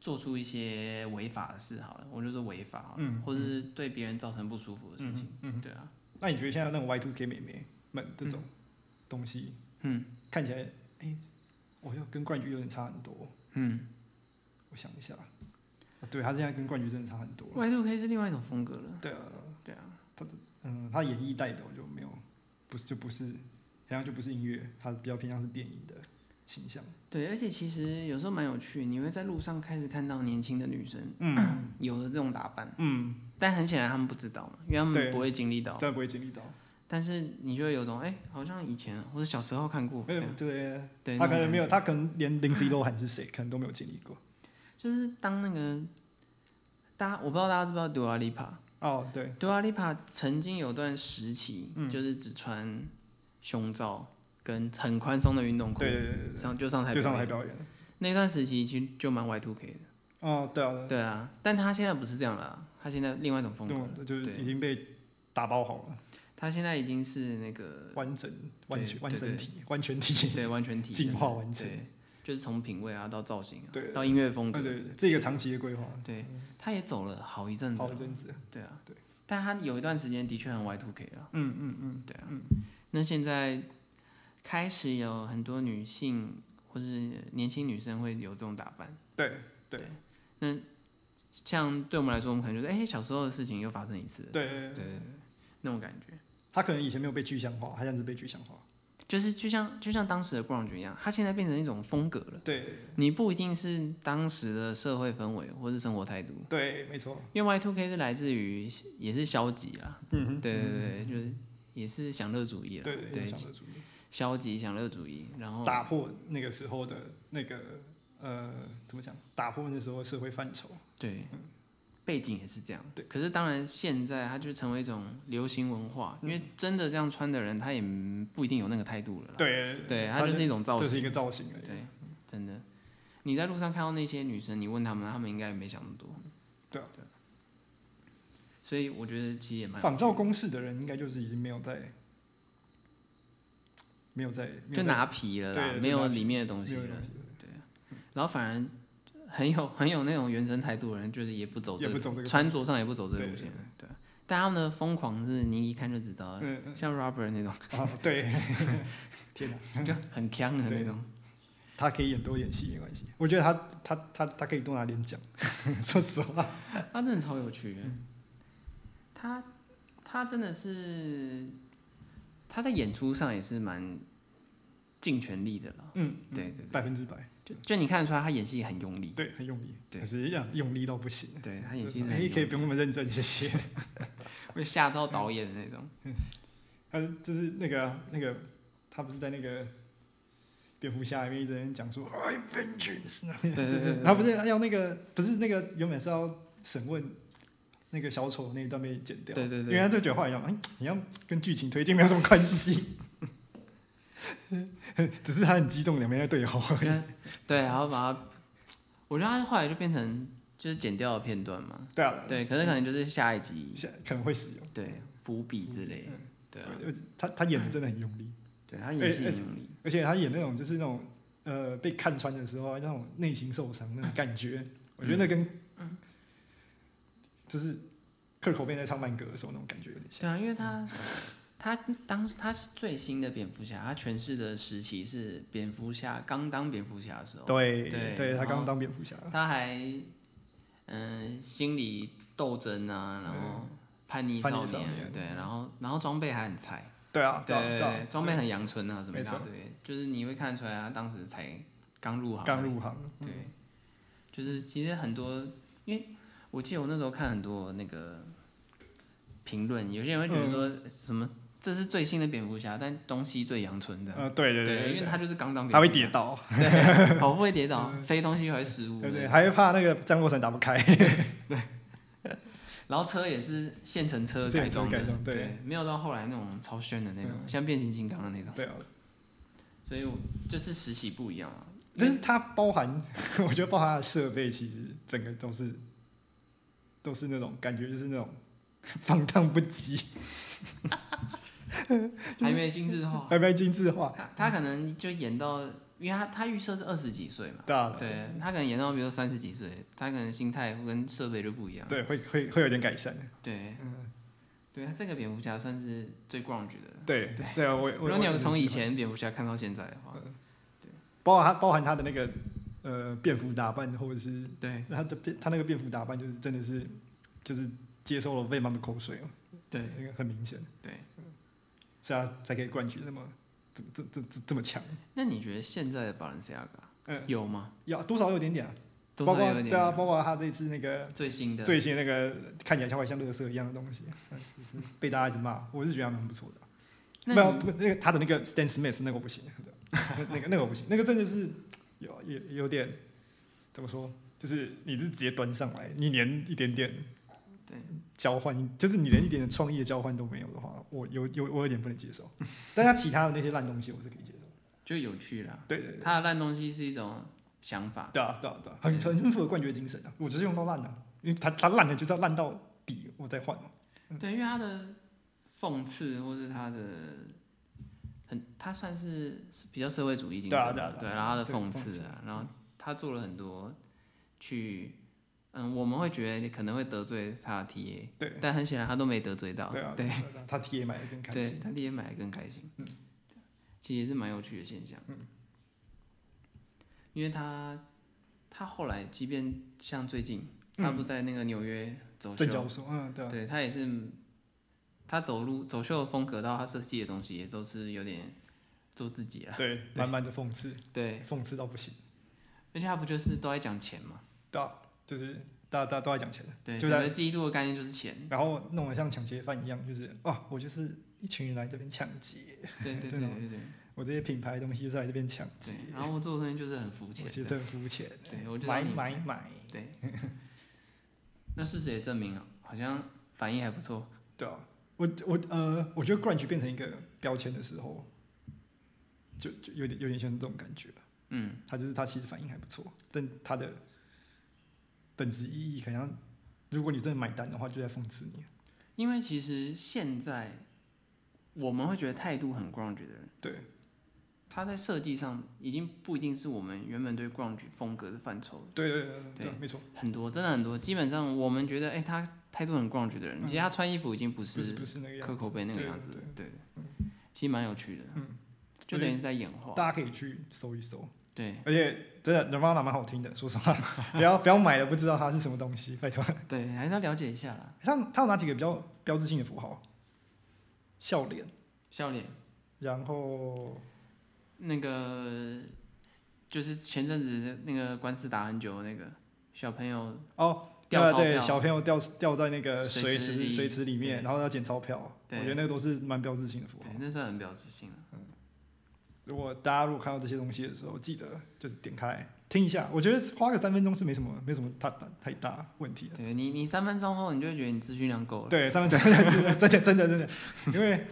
B: 做出一些违法的事好了，我就说违法好了，
A: 嗯
B: 或者是对别人造成不舒服的事情，对啊，
A: 那你觉得现在那种 Y two K 美眉们这种
B: 嗯
A: 东西，嗯，看起来，哎、我又跟冠军有点差很多。
B: 嗯
A: 我想一下，啊对他现在跟冠军真的差很多。
B: ，Y two K 是另外一种风格了，
A: 对啊，
B: 对啊，
A: 嗯，他演艺代表就没有，不是就不是，好像就不是音乐，他比较偏向是电影的形象。
B: 对，而且其实有时候蛮有趣，你会在路上开始看到年轻的女生， [clears throat] 有了这种打扮，
A: 嗯，
B: 但很显然他们不知道嘛，因为他
A: 对
B: 们不会经历到。
A: 但不会经历到。
B: 但是你就会有种哎、好像以前或者小时候看过
A: 没
B: 这
A: 有
B: 样，，
A: 对，
B: 对，
A: 他
B: 那
A: 可
B: 种
A: 能没有，
B: 感觉
A: 他可能连 Lindsay Lohan 是谁，可能都没有经历过。
B: 就是当那个大家，我不知道大家知不知道 Dua Lipa，Dua
A: 哦，对，
B: Lipa 曾经有段时期，
A: 嗯
B: 就是只穿胸罩跟很宽松的运动裤
A: 对，对对
B: 上就上台
A: 对，就上
B: 表
A: 台
B: 演
A: 表演。
B: 那段时期其实就蛮 Y2K 的，
A: 哦，对啊，
B: 对啊，但他现在不是这样了啊，他现在另外一种风格了，
A: 对，就是
B: 对
A: 已经被打包好了，
B: 他现在已经是那个
A: 完整、完全、
B: 对
A: 完整
B: 对
A: 体、完全体。
B: 对完全体
A: 进化完成
B: 对，就是从品味啊到造型啊，
A: 对
B: 到音乐风
A: 对
B: 格，
A: 对，对这个长期的规划，
B: 对，他也走了好一阵子
A: 好
B: 了
A: 一，阵子。
B: 对啊，
A: 对，
B: 但他有一段时间的确很 Y two K 了，
A: 嗯嗯嗯，
B: 对啊，那现在开始有很多女性或是年轻女生会有这种打扮，
A: 对对
B: 像对我们来说，我们可能觉得，哎、小时候的事情又发生一次了，
A: 对
B: 对，对，对那种感觉，
A: 他可能以前没有被具象化，他现在是被具象化。
B: 就是就像就像当时的 grunge 一样，它现在变成一种风格了，
A: 对
B: 你不一定是当时的社会氛围或是生活态度，
A: 对，没错。
B: 因为 Y two K 是来自于也是消极啦，
A: 嗯哼，
B: 对对对，就是也是享乐主义啦，
A: 对
B: 对哦
A: 有想得出
B: 消极享乐主义，然后
A: 打破那个时候的那个呃，怎么讲？打破那时候的社会范畴。
B: 对，背景也是这样。
A: 嗯对，
B: 可是当然现在它就成为一种流行文化，
A: 嗯
B: 因为真的这样穿的人，他也不一定有那个态度了啦。
A: 对
B: 对，他就是一种造
A: 就是
B: 型。
A: 一个造型而已。
B: 对，真的，你在路上看到那些女生，你问他们，他们应该也没想那么多。
A: 对啊
B: 对。所以我觉得其实也蛮有
A: 仿照
B: 趣
A: 公式的人，应该就是已经没有在，没有在，
B: 的，就拿皮了啦
A: 对，就
B: 没
A: 拿
B: 有
A: 皮
B: 里面的
A: 没有
B: 东西
A: 在没有
B: 了
A: 东。西
B: 然后反而很有很有那种原生态度的人，就是也不走
A: 也
B: 这
A: 不走这个
B: 穿着上也不走这个
A: 对
B: 路线了，对啊。但他们的疯狂是你一看就知道，
A: 嗯
B: 像
A: [laughs]
B: Robert 那种
A: 啊，对，天哪，
B: 就很强的那种，
A: 他可以演多演戏没关系，我觉得他他他他可以多拿点奖， [laughs] 说实话，
B: 他真的超有趣的。他他真的是他在演出上也是蛮尽全力的了，
A: 嗯，
B: 对对对
A: 百分之百，
B: 就就你看得出来他演戏很用力，
A: 对，很用力，
B: 对
A: 可是一样用力到不行。
B: 对他
A: 就
B: 演
A: 是
B: 戏
A: 说
B: 是
A: 哎
B: 很
A: 可以
B: 用
A: 不
B: 力，
A: 用那么认真，谢谢。
B: 会吓到导演的那种。
A: 他就是那个啊那个，他不是在那个蝙蝠侠里面一直在那边讲说 I'm vengeance，
B: 对对对对
A: 他不是要那个不是那个原本是要审问那个小丑那一段被剪掉，
B: 对对
A: 因
B: 对
A: 为他就觉得话一样，哎，你要跟剧情推进没有什么关系， [laughs] 只是他很激动，两边在对话，
B: 因为对，然后把它，我觉得它后来就变成就是剪掉的片段嘛，
A: 对啊，
B: 对，可是可能就是下一集
A: 现在可能会使用，呃
B: 对伏笔之类的，对啊，
A: 他他演的真的很用力，
B: 对他演戏
A: 哎哎
B: 很用力，
A: 而且他演那种就是那种呃呃被看穿的时候，那种内心受伤那种感觉，我觉得那跟就是克口贝在唱慢歌的时候那种感觉有点像。
B: 对啊，因为他他当他是最新的蝙蝠侠，他诠释的时期是蝙蝠侠刚当蝙蝠侠的时候，
A: 对啊
B: 对哦
A: 对，他刚
B: 然后
A: 刚当蝙蝠侠，
B: 他还嗯、心理斗争啊，然后叛逆
A: 嗯叛逆
B: 少
A: 少
B: 年，
A: 年
B: 对，然后然后装备还很菜。
A: 对啊，对啊
B: 对
A: 对啊，
B: 装备很阳春啊，什么一大
A: 没
B: 堆，就是你会看得出来他当时才刚入行，
A: 刚入行，
B: 对，就是其实很多，因为我记得我那时候看很多那个评论，有些人会觉
A: 嗯
B: 得说什么、这是最新的蝙蝠侠，但东西最阳春的，
A: 呃，对对对，
B: 因为他就是刚当
A: 他
B: 蝙
A: 会
B: 蝠
A: 跌
B: 侠，
A: 倒，
B: 对，跑步会跌
A: [laughs]
B: 倒，飞东西会失误，
A: 对不对？还会怕那个降落伞打不
B: [laughs]
A: 开，
B: 然后车也是现成车
A: 现
B: 改
A: 成
B: 装的，
A: 改装对嗯
B: 对，没有到后来那种超炫的那种，像变形金刚的那种，
A: 对啊。
B: 所以我就是实习不一样
A: [laughs]
B: 啊。
A: 但是它包含， [laughs] 我觉得包含它的设备，其实整个都是都是那种感觉，就是那种放荡不羁，
B: 还没精致化。
A: 还没精致化，
B: 他他可能就演到，因为他他预设是二十几岁嘛，
A: 大了，
B: 对他可能演到比如说三十几岁，他可能心态跟设备就不一样。
A: 对，会会会有点改善的，
B: 对，对他这个蝙蝠侠算是最 grunge 的。
A: 对
B: 对
A: 对啊，我
B: 如
A: 我
B: 果你
A: 我
B: 有
A: 也
B: 从以
A: 喜欢嗯
B: 前蝙蝠侠看到现在的话，
A: 包含它包含它的那个呃便服打扮，或者是
B: 对
A: 它的便它那个便服打扮，就是真的是就是接受了魏邦的口水哦，
B: 对
A: 那个很明显，
B: 对。
A: 所以他才可以冠军那么这么这这这这么强，
B: 那你觉得现在的 Balenciaga
A: 嗯，
B: 有吗？
A: 要多少有点点啊，
B: 多
A: 包
B: 少
A: 括
B: 有一
A: 对啊，
B: 点
A: 包括他这次那个。
B: 最新的。
A: 最新那个看起来像外像垃圾一样的东西，就是被大家一直骂，我是觉得还蛮不错的。
B: 那
A: 没有
B: 你
A: 不那个他的那个 Stan Smith 那个我不行，对 [laughs] 那个那个我不行，那个真的是有有有点怎么说，就是你是直接端上来，你连一点点
B: 对
A: 交换，就是你连一点点创意的交换都没有的话，我有有我有点不能接
B: [laughs]
A: 受。但他其他的那些烂东西我是可以接受。
B: 就有趣啦。
A: 对对对，
B: 他的烂东西是一种想法，
A: 对啊对啊对啊，很很很符合冠军精神啊！我就是用到烂的、因为他他烂的就是要烂到底，我再换嘛。
B: 对，因为他的讽刺或是他的很，他算是比较社会主义精
A: 对
B: 神
A: 啊
B: 吧，
A: 对啊对啊
B: 然后他的
A: 这个
B: 讽
A: 讽嗯
B: 刺啊，然后他做了很多去，嗯，我们会觉得可能会得罪他的 TA，
A: 对
B: 但很显然他都没得罪到，
A: 对啊，
B: 哦对，
A: 啊他贴买的更开
B: 对
A: 心。嗯
B: 他 TA 买的更开心，啊其实也是蛮有趣的现象，因为他他后来即便像最近他
A: 嗯
B: 不在那个纽约走秀
A: 郑。教授，嗯，对啊，
B: 对他也是，他走路走秀的风格到他设计的东西也都是有点做自己啊。
A: 对，满满的讽刺，
B: 对，
A: 讽刺到不行，
B: 而且他不就是都在讲钱嘛？
A: 对啊，就是大家大家都在讲钱的，
B: 对，
A: 就
B: 整
A: 在
B: 个季度的概念就是
A: [laughs]
B: 钱。
A: 然后弄得像抢劫犯一样，就是哇，我就是一群人来这边抢劫，
B: 对对对对对
A: 我这些品牌的东西就是来这边抢劫
B: 对，。然后我做的东西就是很肤
A: 我
B: 浅。
A: 其实很肤浅，
B: 对，我就
A: 买
B: 让你
A: 买买，
B: 对。那事实也证明啊，好像反应还不错。
A: 对啊，我我呃，我觉得 grunge 变成一个标签的时候，就就有点有点像这种感觉，
B: 嗯，
A: 他就是他其实反应还不错，但他的本质意义好像，如果你真的买单的话，就在讽刺你。
B: 因为其实现在我们会觉得态度很 grunge 的人，
A: 对，
B: 他在设计上已经不一定是我们原本对 grunge 风格的范畴了。
A: 对对对对
B: 对
A: 对，没错，
B: 很多，真的很多。基本上我们觉得，哎、他态度很逛觉的人，
A: 嗯
B: 其实他穿衣服已经不
A: 不是
B: 是
A: 不是那个样
B: 可
A: 子，
B: 口碑那个
A: 对
B: 样子了
A: 对。
B: 对，其实蛮有趣的，
A: 嗯
B: 就等于是在演化。
A: 大家可以去搜一搜，
B: 对
A: 而且真的 Nirvana 蛮好听的，说实话， [laughs] 不要不要买了不知道它是什么东西，拜托。
B: 对，还是要了解一下啦。
A: 他他有哪几个比较标志性的符号？笑脸，
B: 笑脸，
A: 然后
B: 那个就是前阵子那个官司打很久的那个小朋友，
A: 哦，对
B: 掉钞
A: 对，
B: 票
A: 小朋友掉掉在那个
B: 水
A: 水
B: 池
A: 池
B: 里
A: 水池里面，然后要捡钞票，我
B: 对
A: 觉得那个都是蛮标志性的符
B: 对
A: 号，。
B: 那算很标志性了。
A: 如果大家如果看到这些东西的时候，记得就是点开听一下，我觉得花个三分钟是没什么没什么太大太大问题的。
B: 对你，你三分钟后你就会觉得你资讯量够了。
A: 对，上面讲真的真的真的，因为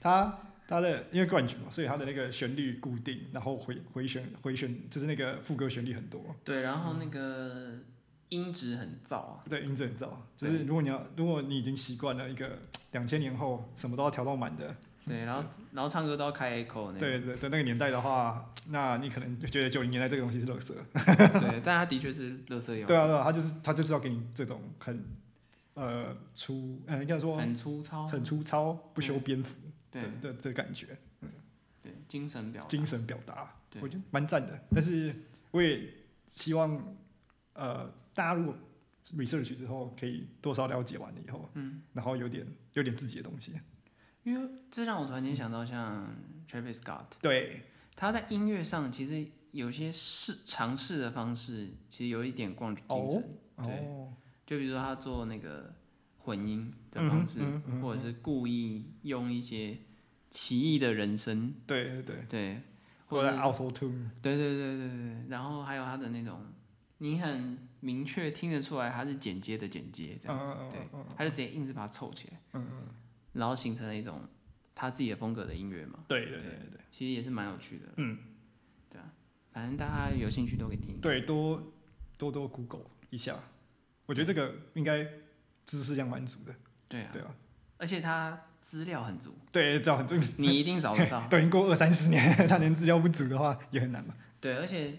A: 它它的因为冠军嘛，所以它的那个旋律固定，然后回回旋回旋就是那个副歌旋律很多，
B: 对，然
A: 嗯
B: 后那个音质很燥啊。
A: 对，音质很燥。就
B: 对
A: 是如果你要如果你已经习惯了一个两千年后什么都要调到满的
B: 对，然后然后唱歌都要开 echo 那个，
A: 对对对，那个年代的话，那你可能就觉得九零年代这个东西是垃圾。
B: 对，但他的确是乐色用，
A: 对啊，对啊，他就是他就是要给你这种很呃粗，呃应该说
B: 很嗯粗糙，
A: 很粗糙、不修边幅的
B: 对
A: 的的感觉，
B: 对，精神表达
A: 精神表达，
B: 对
A: 我觉得蛮赞的。但是我也希望呃大家如果 research 之后，可以多少了解完了以后，嗯，然后有点有点自己的东西，
B: 因为这让我突然间想到像 Travis Scott，
A: 对，
B: 他在音乐上其实有些试尝试的方式，其实有一点逛精神，对
A: 哦，
B: 就比如说他做那个混音的
A: 嗯哼
B: 方式，
A: 嗯哼嗯哼
B: 或者是故意用一些奇异的人声，
A: 对对对，
B: 对，
A: 或
B: 或
A: 者
B: 者
A: auto tune，
B: 对对对对对，然后还有他的那种，你很明确听得出来他是剪接的剪接这样。
A: 嗯嗯
B: 对
A: 嗯嗯，
B: 他就直接硬是把它凑起来，
A: 嗯
B: 嗯，然后形成了一种他自己的风格的音乐嘛，
A: 对对对对。
B: 其实也是蛮有趣的，
A: 嗯，
B: 对啊，反正大家有兴趣都可以听，
A: 对，多多多 Google 一下，我觉得这个应该知识量蛮足的，
B: 对啊，
A: 对啊，
B: 而且他资料很足，
A: 对，这样很重要。
B: 你一定找得
A: [laughs]
B: 到，
A: 都已经过二三十年， [laughs] 他连资料不足的话也很难嘛。
B: 对，而且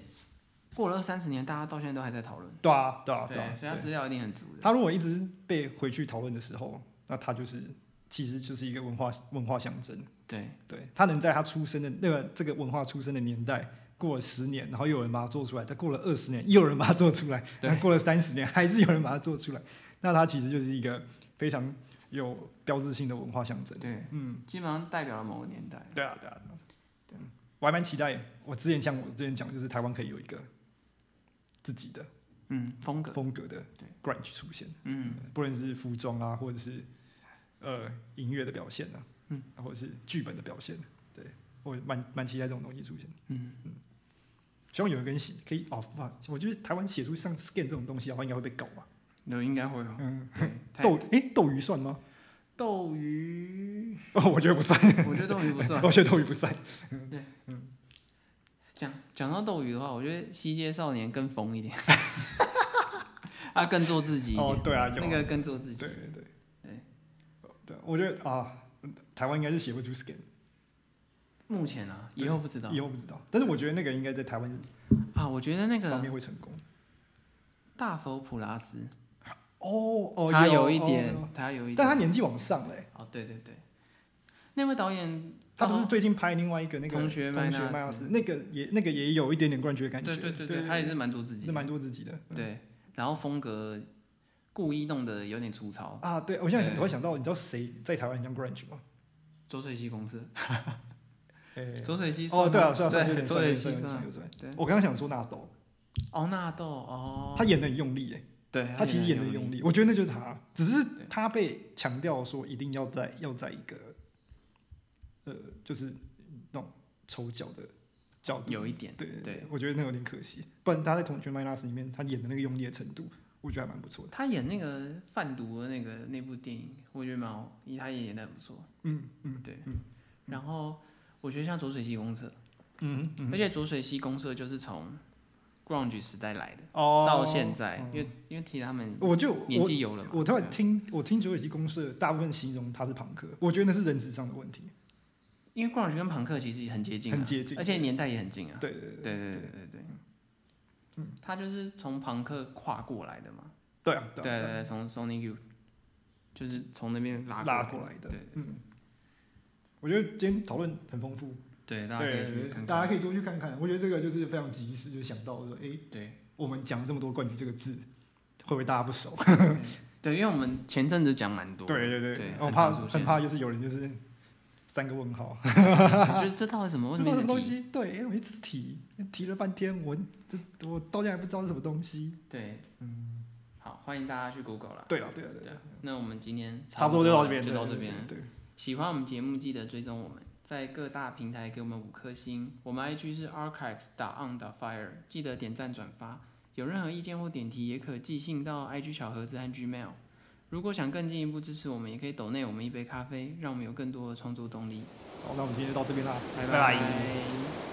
B: 过了二三十年，大家到现在都还在讨论，
A: 对啊，对啊，对啊
B: 对，。所以他
A: 对
B: 资料一定很足的，
A: 他如果一直被回去讨论的时候，那他就是其实就是一个文化文化象征。
B: 对
A: 对他能在他出生的那个这个文化出生的年代过了十年，然后又有人把它做出来，再过了二十年又有人把它做出来，
B: 对
A: 然后过了三十年还是有人把它做出来，那他其实就是一个非常有标志性的文化象征。
B: 对，
A: 嗯，
B: 基本上代表了某个年代，
A: 对啊，对啊，对啊对我还蛮期待。我之前像我之前讲，就是台湾可以有一个自己的
B: 嗯，风格，
A: 风格的
B: 对
A: grunge 出现，
B: 嗯，
A: 不论是服装啊，或者是呃音乐的表现啊，
B: 嗯，
A: 或者是剧本的表现，对我蛮蛮期待这种东西出现。
B: 嗯
A: 希望有人跟写可以哦，哇！我觉得台湾写出像 scan 这种东西的话，应该会被告吧？
B: 有应该会有，
A: 嗯，
B: 对，太
A: 斗诶，斗鱼算吗？
B: 斗鱼，
A: 哦，我觉得不算，
B: 我觉得斗鱼不算。
A: 我觉得斗鱼不算。
B: 讲讲到斗鱼的话，我觉得《西街少年》更疯一点， [laughs] 他更做自己一点。
A: 哦，对啊，有啊
B: 那个更做自己。
A: 对对对
B: 对
A: 对，我觉得啊，台湾应该是写不出 scan，
B: 目前啊，以后不知道
A: 以后不知道，但是我觉得那个应该在台湾
B: 啊。我觉得那
A: 方
B: 个
A: 面会成
B: 嗯
A: 功。
B: 大佛普拉斯，
A: 哦哦，
B: 他
A: 有
B: 一
A: 哦
B: 点
A: 有，
B: 他有一
A: 但他
B: 点。
A: 年纪往上嘞，
B: 哦，对对对，那位导演
A: 他不是最近拍另外一个那个
B: 哦同学麦
A: 麦
B: 纳斯
A: 纳斯，那个也那个也有一点点冠军的感觉，
B: 对对对
A: 对
B: 对，他也是蛮做自己
A: 那
B: 的。
A: 蛮多自己的
B: 对，然后风格故意弄得有点粗糙。
A: 啊。对，我现在想
B: 对
A: 我会想到，你知道谁在台湾很像 grunge 吗？
B: 周水溪公司，
A: 诶
B: 周水溪
A: 哦，
B: 算
A: 对啊，
B: 吗
A: 算啊算啊有
B: 对，
A: 点
B: 周
A: 算，有
B: 水
A: 点算，有点
B: 溪算
A: 算有点算
B: 对
A: 我刚刚想说纳豆，
B: 哦，纳豆哦，
A: 他演的很用力耶，
B: 对
A: 他其实演的
B: 很
A: 用
B: 力，
A: 力，我觉得那就是他，只是
B: 对
A: 他被强调说一定要在要在一个呃，就是那种丑角的角度，
B: 有一点。
A: 对
B: 对，
A: 我觉得那有点可惜。不然他在《同学麦拉斯》里面，他演的那个用力的程度，我觉得还蛮不错的。
B: 他演那个贩毒的那个那部电影，我觉得蛮好，他也演的不错。
A: 嗯嗯
B: 然后我觉得像浊水溪公社，
A: 嗯
B: 而且浊水溪公社就是从 grunge 时代来的，
A: 哦，
B: 到现在，因为因为其实他们
A: 我就
B: 年
A: 我
B: 纪有了嘛。
A: 我突然
B: 对啊
A: 听我听《九尾鸡公社》，大部分形容他是朋克，我觉得那是认知上的问题。
B: 因为 grunge 跟朋克其实很接近、啊，
A: 很接近
B: 而且年代也很近啊。
A: 对对嗯
B: 对对对对对。他就是从朋克跨过来的嘛，
A: 对啊
B: 对
A: 对啊
B: 对对，从 Sony Youth 就是从那边拉
A: 拉
B: 过
A: 过
B: 来
A: 来的
B: 对。
A: 嗯，我觉得今天讨论很丰富，
B: 对，大家可以去
A: 对，
B: 看看。
A: 大家可以多去看看。我觉得这个就是非常及时，就想到说，诶，
B: 对
A: 我们讲这么多“冠军”这个字，会不会大家不熟？
B: 对，因为我们前阵子讲蛮多的，
A: 对对对，
B: 对
A: 我
B: 很
A: 怕
B: 常出现
A: 很怕就是有人就是三个问号，
B: [laughs]
A: [laughs]
B: 就是这到底什么问
A: 知
B: 题
A: 道什么
B: 的题？
A: 东西？对，哎诶我一直提提了半天，我这我到现在还不知道是什么东西。
B: 对，嗯，好，欢迎大家去 Google 啦。
A: 对了，对了，对
B: 对
A: 了，
B: 啊，那我们今天
A: 差不多
B: 不
A: 就
B: 了
A: 到这边，
B: 就到这边
A: 对
B: 了。
A: 对。对
B: 喜欢我们节目，记得追踪我们，在各大平台给我们五颗星。我们 IG 是 archives on the fire，记得点赞转发。有任何意见或点题，也可寄信到 IG 小盒子和 Gmail。如果想更进一步支持我们，也可以抖内我们一杯咖啡，让我们有更多的创作动力。
A: 好，那我们今天就到这边啦，
B: 拜
A: 拜拜
B: 拜